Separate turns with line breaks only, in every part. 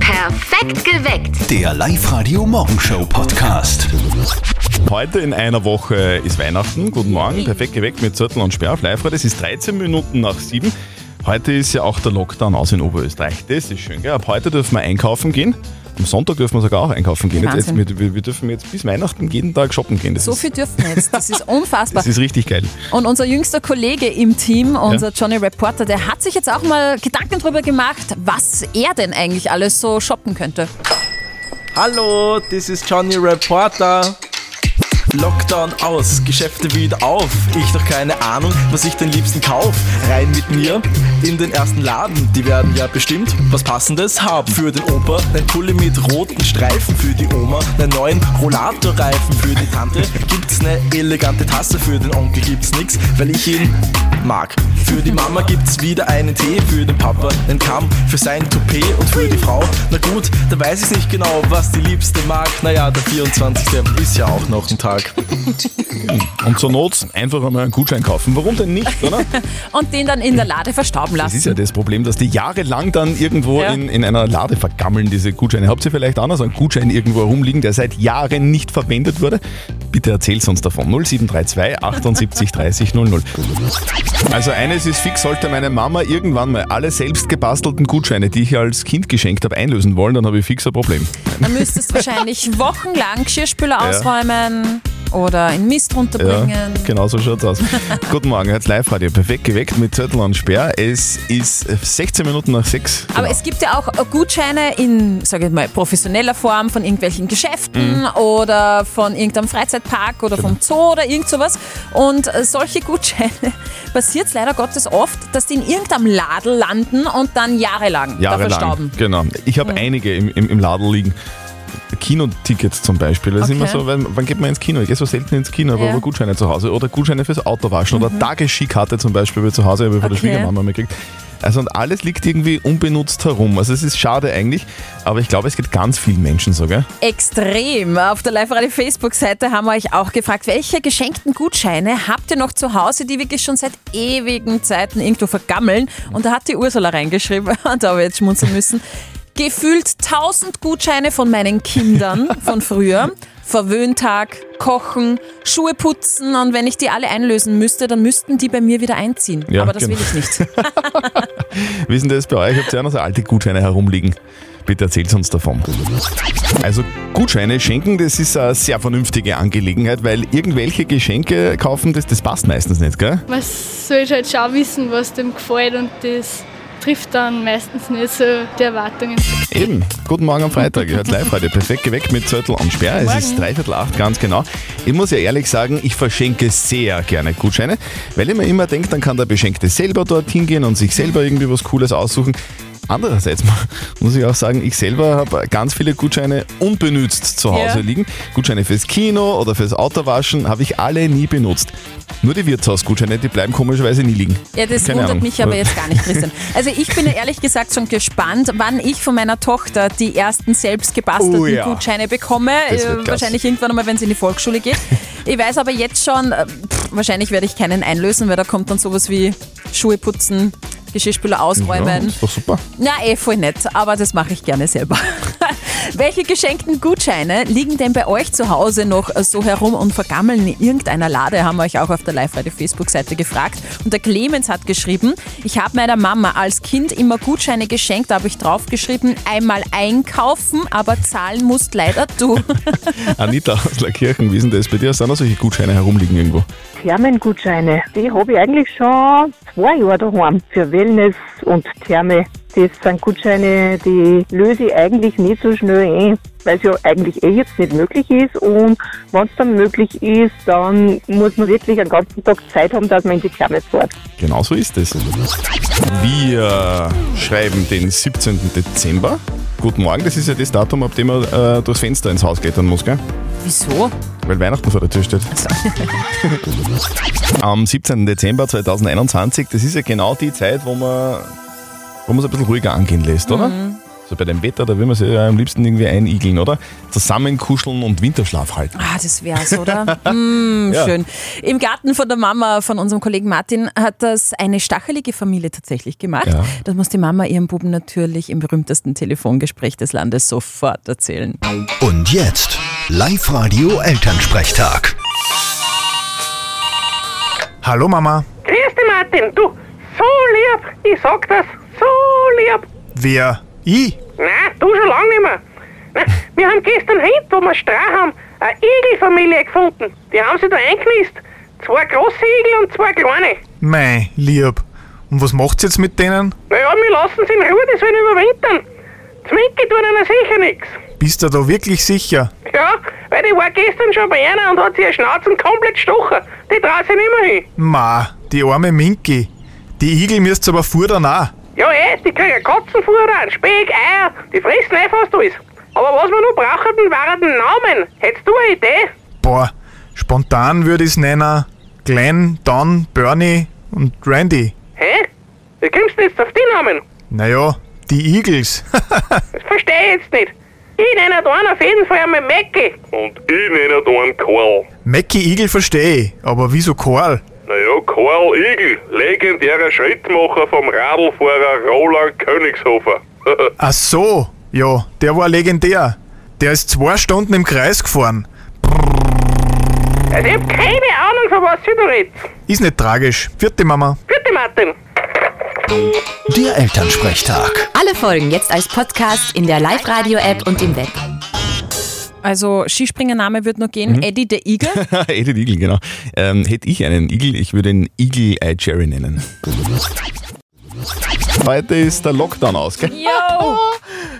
Perfekt geweckt.
Der Live-Radio Morgenshow Podcast.
Heute in einer Woche ist Weihnachten. Guten Morgen, perfekt geweckt mit Zürtel und Sperr auf live Es ist 13 Minuten nach 7. Heute ist ja auch der Lockdown aus in Oberösterreich. Das ist schön, gell? Ab heute dürfen wir einkaufen gehen. Am Sonntag dürfen wir sogar auch einkaufen gehen. Jetzt, jetzt,
Wahnsinn.
wir, wir wir dürfen jetzt bis Weihnachten jeden Tag shoppen gehen. Das,
So
ist,
viel dürfen wir jetzt. Das ist unfassbar.
das ist richtig geil.
und unser jüngster Kollege im Team, unser Johnny Reporter, der hat sich jetzt auch mal Gedanken darüber gemacht, was er denn eigentlich alles so shoppen könnte.
Hallo, das ist Johnny Reporter. Lockdown aus, Geschäfte wieder auf. Ich doch keine Ahnung, was ich den liebsten kauf. Rein mit mir in den ersten Laden. Die werden ja bestimmt was Passendes haben. Für den Opa ein Pulli mit roten Streifen. Für die Oma einen neuen Rollatorreifen. Für die Tante gibt's ne elegante Tasse. Für den Onkel gibt's nix, weil ich ihn mag. Für die Mama gibt's wieder einen Tee. Für den Papa einen Kamm. Für sein Toupet und für die Frau. Na gut, da weiß ich nicht genau, was die Liebste mag. Naja, der 24. ist ja auch noch ein Tag.
Und zur Not einfach einmal einen Gutschein kaufen. Warum denn nicht, oder?
Und den dann in der Lade verstauben
Das
lassen.
ist ja das Problem, dass die jahrelang dann irgendwo
Ja.
in, in einer Lade vergammeln, diese Gutscheine. Habt ihr vielleicht auch noch so einen Gutschein irgendwo herumliegen, der seit Jahren nicht verwendet wurde? Bitte erzähl's uns davon. 0732 78 30 00. Also eines ist fix, sollte meine Mama irgendwann mal alle selbst gebastelten Gutscheine, die ich als Kind geschenkt habe, einlösen wollen, dann habe ich fix ein Problem.
Dann müsstest du wahrscheinlich wochenlang Geschirrspüler ausräumen oder in Mist runterbringen.
genau so schaut's aus. Guten Morgen, jetzt Live-Radio. Perfekt geweckt mit Zettel und Sperr. Es ist 16 Minuten nach 6.
Aber es gibt ja auch Gutscheine in, sage ich mal, professioneller Form von irgendwelchen Geschäften oder von irgendeinem Freizeitpark oder vom Zoo oder irgend sowas. Und äh, solche Gutscheine passiert es leider Gottes oft, dass die in irgendeinem Ladel landen und dann jahrelang, da verstauben.
Genau. Ich habe einige im, im, im Laden liegen. Kinotickets zum Beispiel. Das ist
Okay.
immer so, wann, wann geht man ins Kino? Ich gehe so selten ins Kino, aber
Ja. Mhm.
habe Gutscheine zu Hause. Oder Gutscheine fürs Autowaschen oder Tagesskikarte zum Beispiel habe ich zu Hause, habe ich von der
Okay.
Schwiegermama gekriegt. Also und alles liegt irgendwie unbenutzt herum. Also es ist schade eigentlich, aber ich glaube, es geht ganz vielen Menschen so, gell?
Extrem. Auf der Live-Radio Facebook-Seite haben wir euch auch gefragt, welche geschenkten Gutscheine habt ihr noch zu Hause, die wirklich schon seit ewigen Zeiten irgendwo vergammeln? Und da hat die Ursula reingeschrieben, und da habe ich jetzt schmunzeln müssen. Gefühlt 1000 Gutscheine von meinen Kindern von früher. Verwöhntag, Kochen, Schuhe putzen und wenn ich die alle einlösen müsste, dann müssten die bei mir wieder einziehen.
Ja,
Aber das
genau.
will ich nicht.
Wissen das bei euch? Habt ihr auch noch so alte Gutscheine herumliegen? Bitte erzählt uns davon. Also Gutscheine schenken, das ist eine sehr vernünftige Angelegenheit, weil irgendwelche Geschenke kaufen, das, das passt meistens nicht, gell?
Man soll halt schon wissen, was dem gefällt und das trifft dann meistens nicht so die Erwartungen.
Eben. Guten Morgen am Freitag. Ihr hört live heute. Perfekt geweckt mit Zörtel und Sperr. Es ist dreiviertel acht, ganz genau. Ich muss ja ehrlich sagen, ich verschenke sehr gerne Gutscheine, weil ich mir immer denke, dann kann der Beschenkte selber dorthin gehen und sich selber irgendwie was Cooles aussuchen. Andererseits muss ich auch sagen, ich selber habe ganz viele Gutscheine unbenutzt zu Hause
Ja.
liegen. Gutscheine fürs Kino oder fürs Autowaschen habe ich alle nie benutzt. Nur die Wirtshausgutscheine, die bleiben komischerweise nie liegen.
Ja, das
Keine
wundert
Ahnung.
mich aber jetzt gar nicht, Christian. Also ich bin ja ehrlich gesagt schon gespannt, wann ich von meiner Tochter die ersten selbst gebastelten
Oh ja.
Gutscheine bekomme.
Das wird
Äh,
klasse.
wahrscheinlich irgendwann einmal, wenn sie in die Volksschule geht. Ich weiß aber jetzt schon, äh, pff, wahrscheinlich werde ich keinen einlösen, weil da kommt dann sowas wie Schuhe putzen, Geschirrspüler
Ja,
ausräumen.
ist doch super.
Na, eh, voll nett, aber das mache ich gerne selber. Welche geschenkten Gutscheine liegen denn bei euch zu Hause noch so herum und vergammeln in irgendeiner Lade, haben wir euch auch auf der Live-Radio-Facebook-Seite gefragt. Und der Clemens hat geschrieben, ich habe meiner Mama als Kind immer Gutscheine geschenkt, da habe ich draufgeschrieben, einmal einkaufen, aber zahlen musst leider du.
Anita aus Lackirchen, wie ist denn das bei dir? Sind da solche Gutscheine herumliegen irgendwo?
Thermengutscheine. Die habe ich eigentlich schon zwei Jahre daheim für Wellness und Therme. Das sind Gutscheine, die löse ich eigentlich nicht so schnell ein, weil es ja eigentlich eh jetzt nicht möglich ist. Und wenn es dann möglich ist, dann muss man wirklich einen ganzen Tag Zeit haben, dass man in die Therme fährt.
Genau so ist es. Wir schreiben den 17. Dezember. Guten Morgen, das ist ja das Datum, ab dem man äh, durchs Fenster ins Haus klettern muss, gell?
Wieso?
Weil Weihnachten vor der Tür steht. Am 17. Dezember 2021, das ist ja genau die Zeit, wo man wo man es ein bisschen ruhiger angehen lässt, oder? So bei dem Wetter, da will man sich ja am liebsten irgendwie einigeln, oder? Zusammenkuscheln und Winterschlaf halten.
Ah, das wär's, oder? mm,
Ja.
Schön. Im Garten von der Mama von unserem Kollegen Martin hat das eine stachelige Familie tatsächlich gemacht.
Ja.
Das muss die Mama ihrem Buben natürlich im berühmtesten Telefongespräch des Landes sofort erzählen.
Und jetzt Live-Radio Elternsprechtag.
Hallo Mama.
Grüß dich, Martin. Du, so lieb. Ich sag das, so lieb.
Wer? Ich?
Nein, du schon lange nicht mehr. Na, wir haben gestern hinten, wo wir Strah haben, eine Igelfamilie gefunden. Die haben sie da einknist. Zwei große Igel und zwei kleine.
Mei, lieb. Und was macht's jetzt mit denen?
Naja, wir lassen sie in Ruhe, die sollen überwintern. Zwinki tun ihnen sicher nichts.
Bist du da wirklich sicher?
Ja, weil die war gestern schon bei einer und hat sie ihr Schnauzen komplett stochen. Die traut sich nicht mehr hin.
Ma, die arme Minki. Die Igel müsst's aber fuhr auch.
Ja, eh, die kriegen Katzenfutter, einen Speck, Eier, die fressen eh fast alles. Aber was wir noch brauchten, waren den Namen. Hättest du eine Idee?
Boah, spontan würde ich's nennen. Glenn, Don, Bernie und Randy.
Hä? Wie kommst du jetzt auf die Namen?
Naja, die Igels.
Das verstehe ich jetzt nicht. Ich nenne da einen auf jeden Fall einmal Mäcki.
Und ich nenne da einen Karl.
Mackie Igel verstehe ich, aber wieso Karl?
Naja, Karl Igel, legendärer Schrittmacher vom Radlfahrer Roland Königshofer.
Ach so, ja, der war legendär. Der ist zwei Stunden im Kreis gefahren.
Also ich hab keine Ahnung, von was du da redest.
Ist nicht tragisch. Vierte Mama.
Bitte, Martin.
Der Elternsprechtag.
Alle Folgen jetzt als Podcast in der Live-Radio-App und im Web.
Also Skispringername wird noch
Mhm.
gehen, Eddie der Igel.
Edith Igel, genau. Ähm, hätte ich einen Igel, ich würde ihn Igel Eye Jerry nennen. Heute ist der Lockdown aus, gell?
Yo!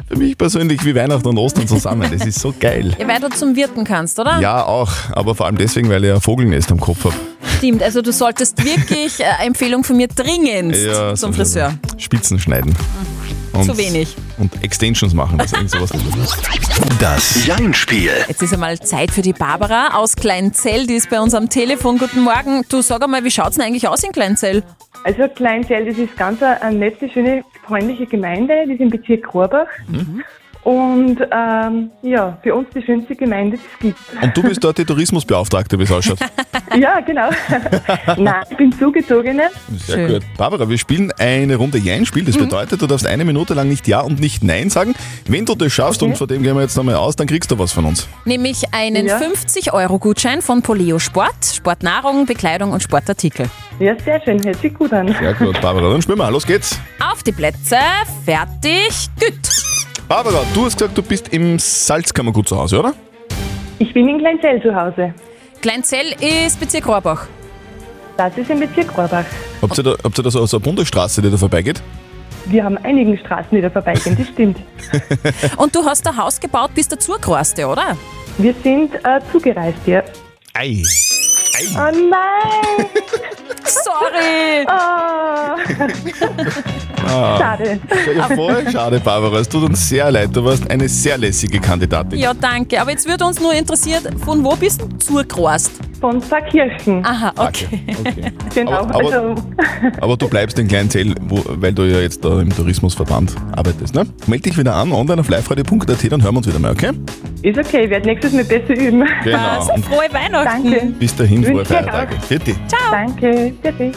Für mich persönlich wie Weihnachten und Ostern zusammen. Das ist so geil.
Ja, weil du zum Wirten kannst, oder?
Ja, auch. Aber vor allem deswegen, weil ich ein Vogelnest am Kopf habe.
Stimmt, also du solltest wirklich, äh, Empfehlung von mir, dringendst zum Friseur. Hm.
Spitzen schneiden. Und,
Zu wenig.
Und Extensions machen, das irgend sowas.
Das Jein-Spiel.
Jetzt ist einmal Zeit für die Barbara aus Kleinzell, die ist bei uns am Telefon. Guten Morgen. Du sag einmal, wie schaut's denn eigentlich aus in Kleinzell?
Also Kleinzell, das ist ganz äh, eine, eine nette, schöne, freundliche Gemeinde, die ist im Bezirk Rohrbach. Und ähm, ja, für uns die schönste Gemeinde, die es gibt.
Und du bist dort die Tourismusbeauftragte, wie es ausschaut.
Ja, genau. Nein, ich bin Zugezogene.
Sehr
Schön. Mhm.
gut. Barbara, wir spielen eine Runde Jein-Spiel. Das bedeutet, du darfst eine Minute lang nicht Ja und nicht Nein sagen. Wenn du das schaffst, und von dem gehen wir jetzt nochmal aus, dann kriegst du was von uns.
Nämlich einen
Ja.
50-Euro-Gutschein von Poleo Sport, Sportnahrung, Bekleidung und Sportartikel.
Ja, sehr schön, hört sich gut an.
Sehr gut, Barbara, dann spielen wir. Los geht's.
Auf die Plätze, fertig, gut.
Barbara, du hast gesagt, du bist im Salzkammergut zu Hause, oder?
Ich bin in Kleinzell zu Hause.
Kleinzell ist Bezirk Rohrbach.
Das ist im Bezirk Rohrbach.
Habt ihr da, habt ihr da so, so eine Bundesstraße, die da vorbeigeht?
Wir haben einigen Straßen, die da vorbeigehen, das stimmt.
Und du hast ein Haus gebaut, bist der Zurgroste, oder?
Wir sind äh, zugereist, ja.
Ei.
Oh nein!
Sorry.
Ah.
Oh. Schade.
Stell dir vor, schade, Barbara, es tut uns sehr leid. Du warst eine sehr lässige Kandidatin.
Ja, danke. Aber jetzt würde uns nur interessiert, von wo bist du Zurgrost?
Von Pfarrkirchen.
Aha, okay.
Okay.
genau.
aber- aber-
also,
Aber du bleibst in Kleinzell, wo, weil du ja jetzt da im Tourismusverband arbeitest. Ne? Meld dich wieder an, online auf liveradio.at, dann hören wir uns wieder mal, okay?
ist okay, ich werde nächstes Mal besser üben.
Genau.
Passt.
Und
Frohe Weihnachten.
Danke.
bis dahin, frohe
Wünsche dir
Feiertage. Vierte.
Danke. Tschüssi.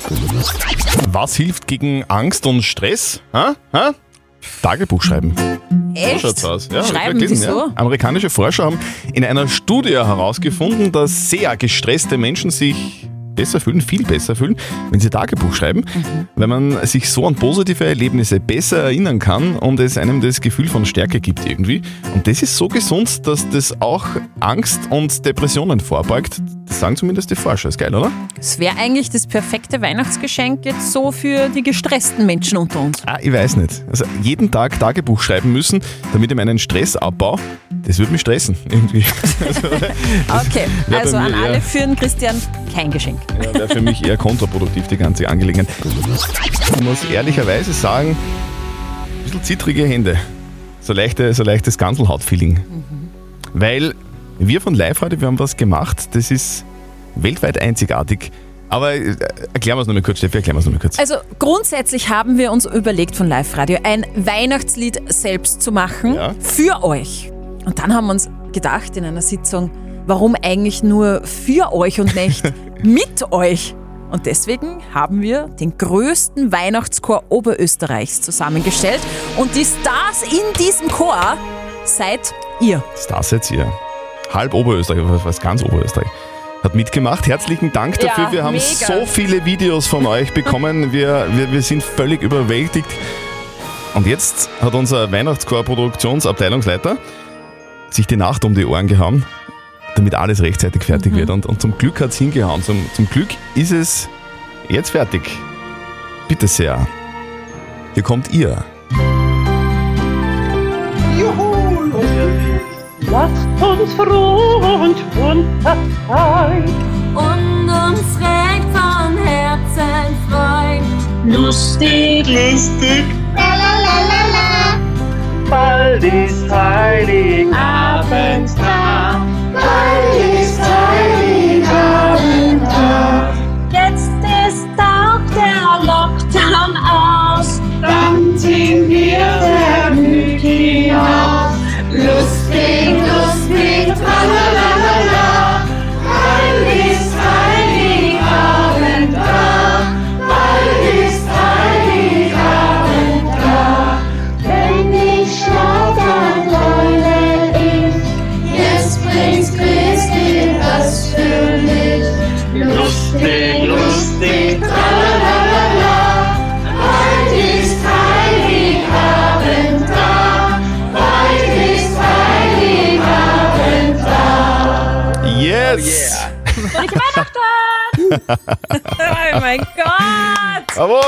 Was hilft gegen Angst und Stress? Ha? Ha? Tagebuch schreiben. So schaut's
Echt?
aus. Ja, hab ich
Schreiben
gelesen,
die so?
Ja. Amerikanische Forscher haben in einer Studie herausgefunden, dass sehr gestresste Menschen sich besser fühlen, viel besser fühlen, wenn sie Tagebuch schreiben,
Mhm.
weil man sich so an positive Erlebnisse besser erinnern kann und es einem das Gefühl von Stärke gibt irgendwie. Und das ist so gesund, dass das auch Angst und Depressionen vorbeugt. Das sagen zumindest die Forscher. Ist geil, oder?
Es wäre eigentlich das perfekte Weihnachtsgeschenk jetzt so für die gestressten Menschen unter uns.
Ah, ich weiß nicht. Also jeden Tag Tagebuch schreiben müssen, damit ich meinen Stress abbaue, das würde mich stressen irgendwie.
Okay,
Ja, bei
also an
mir, ja.
alle führen Christian kein Geschenk.
Ja, wäre für mich eher kontraproduktiv, die ganze Angelegenheit. Ich muss ehrlicherweise sagen, ein bisschen zittrige Hände. So, leichte, so leichtes Ganselhaut-Feeling. Weil wir von Live heute, wir haben was gemacht, das ist weltweit einzigartig. Aber äh, erklären wir es nochmal kurz, Steffi, erklären wir es nochmal kurz.
Also grundsätzlich haben wir uns überlegt von Live Radio ein Weihnachtslied selbst zu machen
Ja.
für euch. Und dann haben wir uns gedacht in einer Sitzung, warum eigentlich nur für euch und nicht mit euch? Und deswegen haben wir den größten Weihnachtschor Oberösterreichs zusammengestellt und die Stars in diesem Chor seid ihr.
Stars jetzt hier. Halb Oberösterreich, was- was ganz Oberösterreich. Hat mitgemacht. Herzlichen Dank
Ja,
dafür. wir haben
mega.
so viele Videos von euch bekommen. Wir, wir, wir sind völlig überwältigt. Und jetzt hat unser Weihnachtschor-Produktionsabteilungsleiter sich die Nacht um die Ohren gehauen, damit alles rechtzeitig
Mhm.
fertig wird. Und, und zum Glück hat es hingehauen. Zum, zum Glück ist es jetzt fertig. Bitte sehr. Hier kommt ihr.
Oh
Juhu, los geht's. Lasst uns froh und munter sein. Und uns recht von Herzen freuen. Lustig, lustig. La la la la la. Bald ist Heiligabend da. Bald ist Heiligabend da. Jetzt ist auch der Lockdown aus. Dann ziehen wir der Müki aus. Lustig, lustig, tralalala. Bald ist Heiligabend da. Bald ist Heiligabend da. Wenn ich schlau dann leule ich. Jetzt bringt's Christi was für mich. Lustig, lustig, tralalala. Bald ist Heiligabend da. Bald ist Heiligabend da.
Yes!
Ich Weihnachten!
oh mein Gott!
Bravo!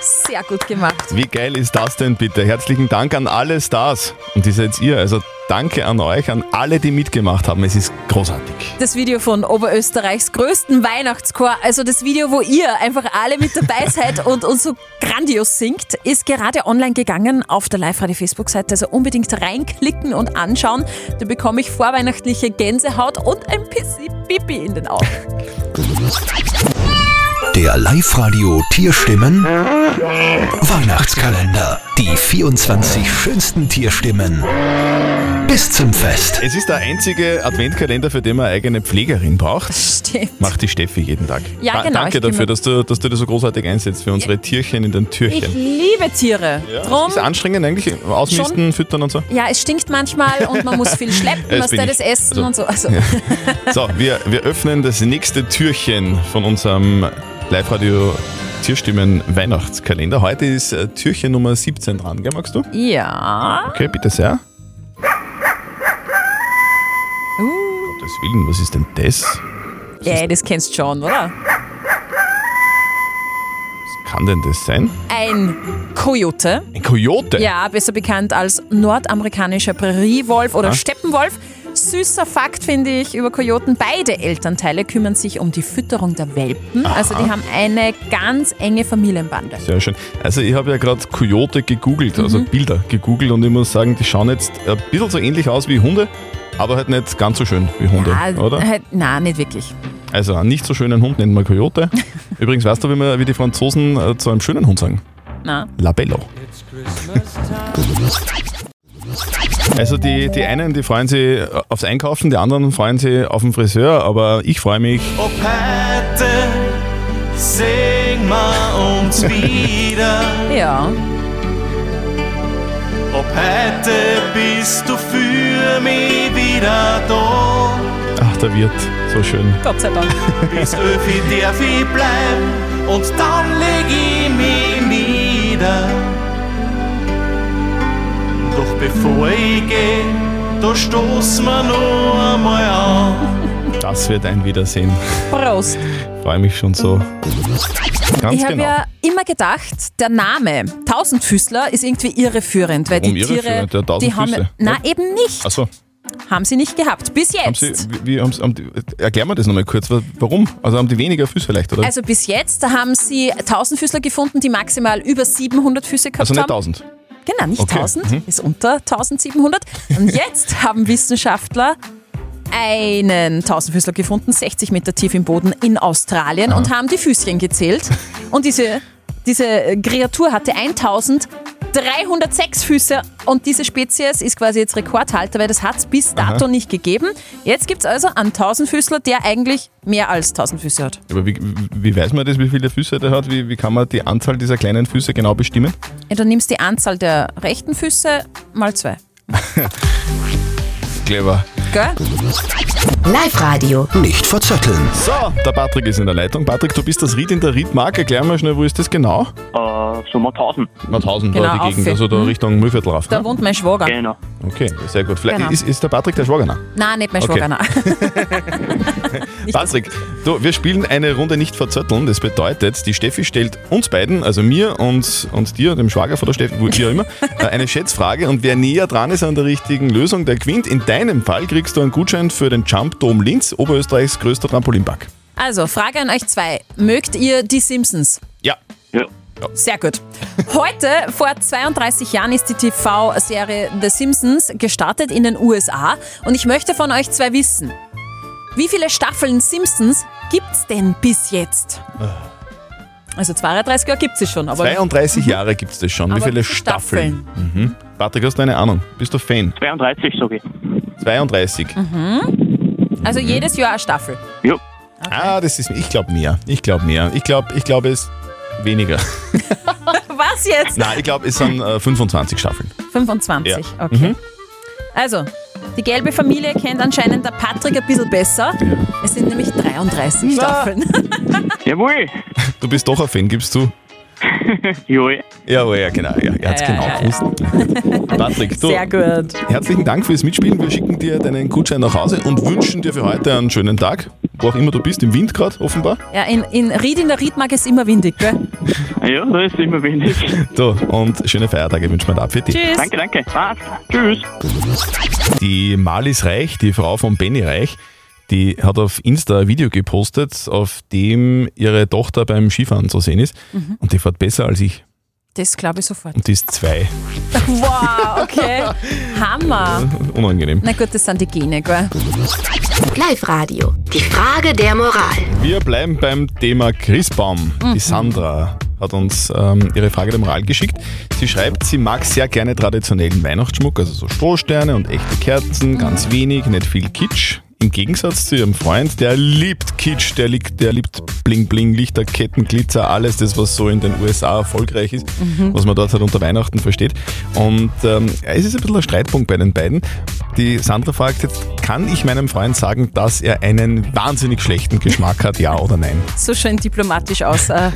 Sehr gut gemacht.
Wie geil ist das denn bitte? Herzlichen Dank an alle Stars. Und die seid ihr. Also danke an euch, an alle, die mitgemacht haben. Es ist großartig.
Das Video von Oberösterreichs größten Weihnachtschor, also das Video, wo ihr einfach alle mit dabei seid und, und so grandios singt, ist gerade online gegangen auf der Live-Radio-Facebook-Seite. Also unbedingt reinklicken und anschauen. Da bekomme ich vorweihnachtliche Gänsehaut und ein bisschen Pipi in den Augen.
Der Live-Radio Tierstimmen Weihnachtskalender. Die 24 schönsten Tierstimmen bis zum Fest.
Es ist der einzige Adventkalender, für den man eine eigene Pflegerin braucht.
Stimmt.
Macht die Steffi jeden Tag.
Ja,
Da-
genau,
Danke
ich kümmere-
dafür, dass du, dass du das so großartig einsetzt für unsere Tierchen in den
Ich
Türchen.
liebe Tiere. Drum,
Ist anstrengend eigentlich, ausmisten,
Schon.
füttern und so.
ja, es stinkt manchmal und man muss viel schleppen,
Das
was
bin
da
ich.
das Essen
Also-
und so. Also,
So, wir, wir öffnen das nächste Türchen von unserem Live-Radio Tierstimmen Weihnachtskalender. Heute ist äh, Türchen Nummer 17 dran, gell, magst du?
ja.
Okay, bitte sehr. Um Gottes Willen, was ist denn das?
Ey, das kennst du schon, oder?
Was kann denn das sein?
Ein Kojote.
Ein Kojote?
Ja, besser bekannt als nordamerikanischer Präriewolf oder
Ah.
Steppenwolf. Süßer Fakt finde ich über Kojoten. Beide Elternteile kümmern sich um die Fütterung der Welpen. Also die haben eine ganz enge Familienbande.
Sehr schön. Also ich habe ja gerade Kojote gegoogelt, also Bilder gegoogelt und ich muss sagen, die schauen jetzt ein bisschen so ähnlich aus wie Hunde, aber halt nicht ganz so schön wie Hunde,
Ah,
oder?
Halt, nein, nicht wirklich.
Also einen nicht so schönen Hund nennt man Kojote. Übrigens, weißt du, wie, man, wie die Franzosen äh, zu einem schönen Hund sagen?
Na.
Labello. Also die, die einen, die freuen sich aufs Einkaufen, die anderen freuen sich auf den Friseur, aber ich freue mich.
Oh, Pate, sing mal uns wieder.
Ja.
Oh, Pate, bist du für mich wieder da?
Ach, der Wirt, so schön.
Gott sei Dank.
Bis Öfi darf ich bleiben und dann leg ich mich nieder. Doch bevor ich geh, da stoß mir noch einmal an.
Das wird ein Wiedersehen.
Prost.
Freue mich schon so. Ganz
ich habe
genau.
ja immer gedacht, der Name Tausendfüßler ist irgendwie irreführend, weil
Warum
die Tiere,
irreführend? Der
die haben,
Tausendfüßler.
na eben nicht,
Achso,
haben sie nicht gehabt bis
Also, haben
jetzt.
Sie, wie, wie, haben Sie, haben die, erklären wir das nochmal kurz. wa- Warum? Also haben die weniger Füße vielleicht, oder?
Also bis jetzt haben sie 1000 Füßler gefunden, die maximal über 700 Füße gehabt
also nicht
haben.
1000.
Genau, nicht
Okay. Mhm.
1000, ist unter 1700. Und jetzt haben Wissenschaftler einen Tausendfüßler gefunden, 60 Meter tief im Boden in Australien und
Ah.
haben die Füßchen gezählt. Und diese, diese Kreatur hatte 1306 Füße und diese Spezies ist quasi jetzt Rekordhalter, weil das hat es bis dato
Aha.
nicht gegeben. Jetzt gibt es also einen Tausendfüßler, der eigentlich mehr als 1000 Füße hat.
Aber wie, wie weiß man das, wie viele Füße der hat? Wie, wie kann man die Anzahl dieser kleinen Füße genau bestimmen?
Ja, dann nimmst du die Anzahl der rechten Füße mal zwei.
Clever.
Gell?
Mhm.
Live Radio.
Nicht verzetteln.
So, der Patrick ist in der Leitung. Patrick, du bist das Ried in der Riedmark. Erklär mal schnell, wo ist das genau?
Äh, so mal 1000.
Mal 1000
Genau,
da die Gegend,
auf-
also da
mhm.
Richtung Müllviertel rauf. ne?
Da wohnt mein Schwager.
Genau.
Okay, sehr gut. Vielleicht
Genau.
ist, ist der Patrick der Schwagerner.
Nein, nicht mein
Okay.
Schwager. nein.
Patrick, du, wir spielen eine Runde nicht verzötteln. Das bedeutet, die Steffi stellt uns beiden, also mir und, und dir, dem Schwager von der Steffi, wo- wie auch immer, äh, eine Schätzfrage. Und wer näher dran ist an der richtigen Lösung, der gewinnt. In deinem Fall kriegst du einen Gutschein für den Jump Dome Linz, Oberösterreichs größter Trampolinpark.
Also, Frage an euch zwei. Mögt ihr die Simpsons?
Ja.
Ja.
Sehr gut. Heute, vor 32 Jahren, ist die TV-Serie The Simpsons gestartet in den USA. Und ich möchte von euch zwei wissen, wie viele Staffeln Simpsons gibt's denn bis jetzt? Also 32 Jahre gibt's es schon, aber
32 Jahre gibt es das schon. Wie
Mhm. Aber
viele
Staffeln?
Staffeln? Mhm. Patrick, hast du eine Ahnung? Bist du Fan?
32 sage ich.
32.
Mhm. also
Mhm.
jedes Jahr eine Staffel.
Ja.
Ah, das ist. Ich glaube mehr. Ich glaube mehr. Ich glaube, ich glaube es weniger.
Was jetzt?
Nein, ich glaube, es sind äh, 25 Staffeln.
25.
Ja.
Okay.
Mhm.
Also, die gelbe Familie kennt anscheinend der Patrick ein bisschen besser. Es sind nämlich 33 Staffeln.
Jawohl.
Du bist doch ein Fan, gibst du?
Jawohl.
Jawohl, ja, genau. Ja, er hat's
Ja,
genau
ja,
gewusst. Patrick, du.
Sehr gut.
Herzlichen Dank fürs Mitspielen. Wir schicken dir deinen Gutschein nach Hause und wünschen dir für heute einen schönen Tag. Wo auch immer du bist, im Wind gerade offenbar.
Ja, in, in Ried in der Riedmark ist immer windig, gell?
Ja, da ist immer wenig.
So, und schöne Feiertage wünschen wir da für dich.
Tschüss.
Danke, danke. Passt. Tschüss.
Die Marlies Reich, die Frau von Benny Reich, die hat auf Insta ein Video gepostet, auf dem ihre Tochter beim Skifahren zu sehen ist. Und die fährt besser als ich.
Das glaube ich sofort.
Und die ist zwei.
Wow, okay. Hammer.
Unangenehm.
Na gut, das sind die Gene, gell?
Live Radio. Die Frage der Moral.
Wir bleiben beim Thema Christbaum. Die Sandra hat uns ähm, ihre Frage der Moral geschickt. Sie schreibt, sie mag sehr gerne traditionellen Weihnachtsschmuck, also so Strohsterne und echte Kerzen, ganz wenig, nicht viel Kitsch. Im Gegensatz zu ihrem Freund, der liebt Kitsch, der, liegt, der liebt Bling Bling, Lichter, Ketten, Glitzer, alles das, was so in den USA erfolgreich ist, was man dort halt unter Weihnachten versteht. Und ähm, ja, es ist ein bisschen ein Streitpunkt bei den beiden. Die Sandra fragt jetzt, kann ich meinem Freund sagen, dass er einen wahnsinnig schlechten Geschmack hat, ja oder nein?
So schön diplomatisch aus, äh,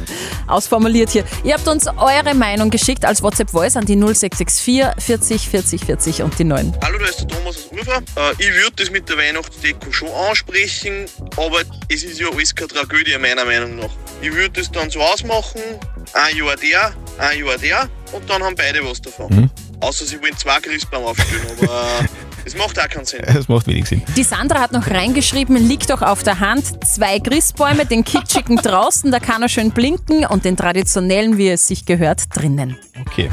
ausformuliert hier. Ihr habt uns eure Meinung geschickt als WhatsApp-Voice an die 0664 40 40 40 und die 9.
Hallo, da ist der Thomas aus Ufer. Äh, ich würde das mit der Weihnachtsdeko schon ansprechen, aber es ist ja alles keine Tragödie, meiner Meinung nach. Ich würde das dann so ausmachen: ein Jahr der, ein Jahr der, und dann haben beide was davon.
Mhm.
Außer sie wollen zwei Christbaum aufstellen, aber es macht auch keinen Sinn.
Das macht wenig Sinn.
Die Sandra hat noch reingeschrieben, liegt doch auf der Hand, zwei Christbäume, den kitschigen draußen, da kann er schön blinken und den traditionellen, wie es sich gehört, drinnen.
Okay.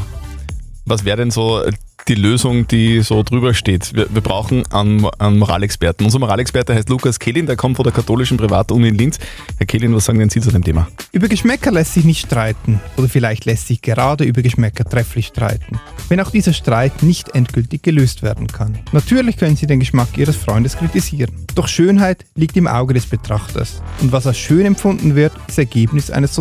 Was wäre denn so die Lösung, die so drüber steht? Wir, wir brauchen einen, einen Moralexperten. Unser Moralexperte heißt Lukas Kehlin, der kommt von der katholischen Privatuni in Linz. Herr Kehlin, was sagen denn Sie zu dem Thema?
Über Geschmäcker lässt sich nicht streiten oder vielleicht lässt sich gerade über Geschmäcker trefflich streiten, wenn auch dieser Streit nicht endgültig gelöst werden kann. Natürlich können Sie den Geschmack Ihres Freundes kritisieren, doch Schönheit liegt im Auge des Betrachters und was als schön empfunden wird, ist Ergebnis eines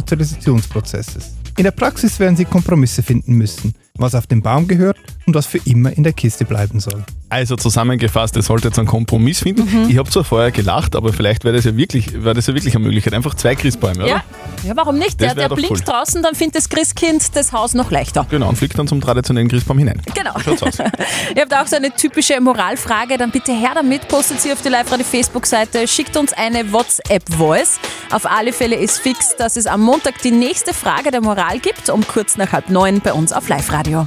Sozialisationsprozesses. In der Praxis werden Sie Kompromisse finden müssen, was auf den Baum gehört und was für immer in der Kiste bleiben soll.
Also zusammengefasst, ihr solltet jetzt einen Kompromiss finden. Ich habe zwar vorher gelacht, aber vielleicht wäre das ja wirklich, wäre das ja wirklich eine Möglichkeit. Einfach zwei Christbäume, oder?
Ja, ja warum nicht?
Das
Der,
wär
der
doch
blinkt
cool.
draußen, dann findet das Christkind das Haus noch leichter.
Genau, und fliegt dann zum traditionellen Christbaum hinein.
Genau.
Schaut's aus.
Ihr habt auch so eine typische Moralfrage, dann bitte her damit, postet sie auf die Live-Radio-Facebook-Seite, schickt uns eine WhatsApp-Voice. Auf alle Fälle ist fix, dass es am Montag die nächste Frage der Moral gibt, um kurz nach halb neun bei uns auf Live-Radio.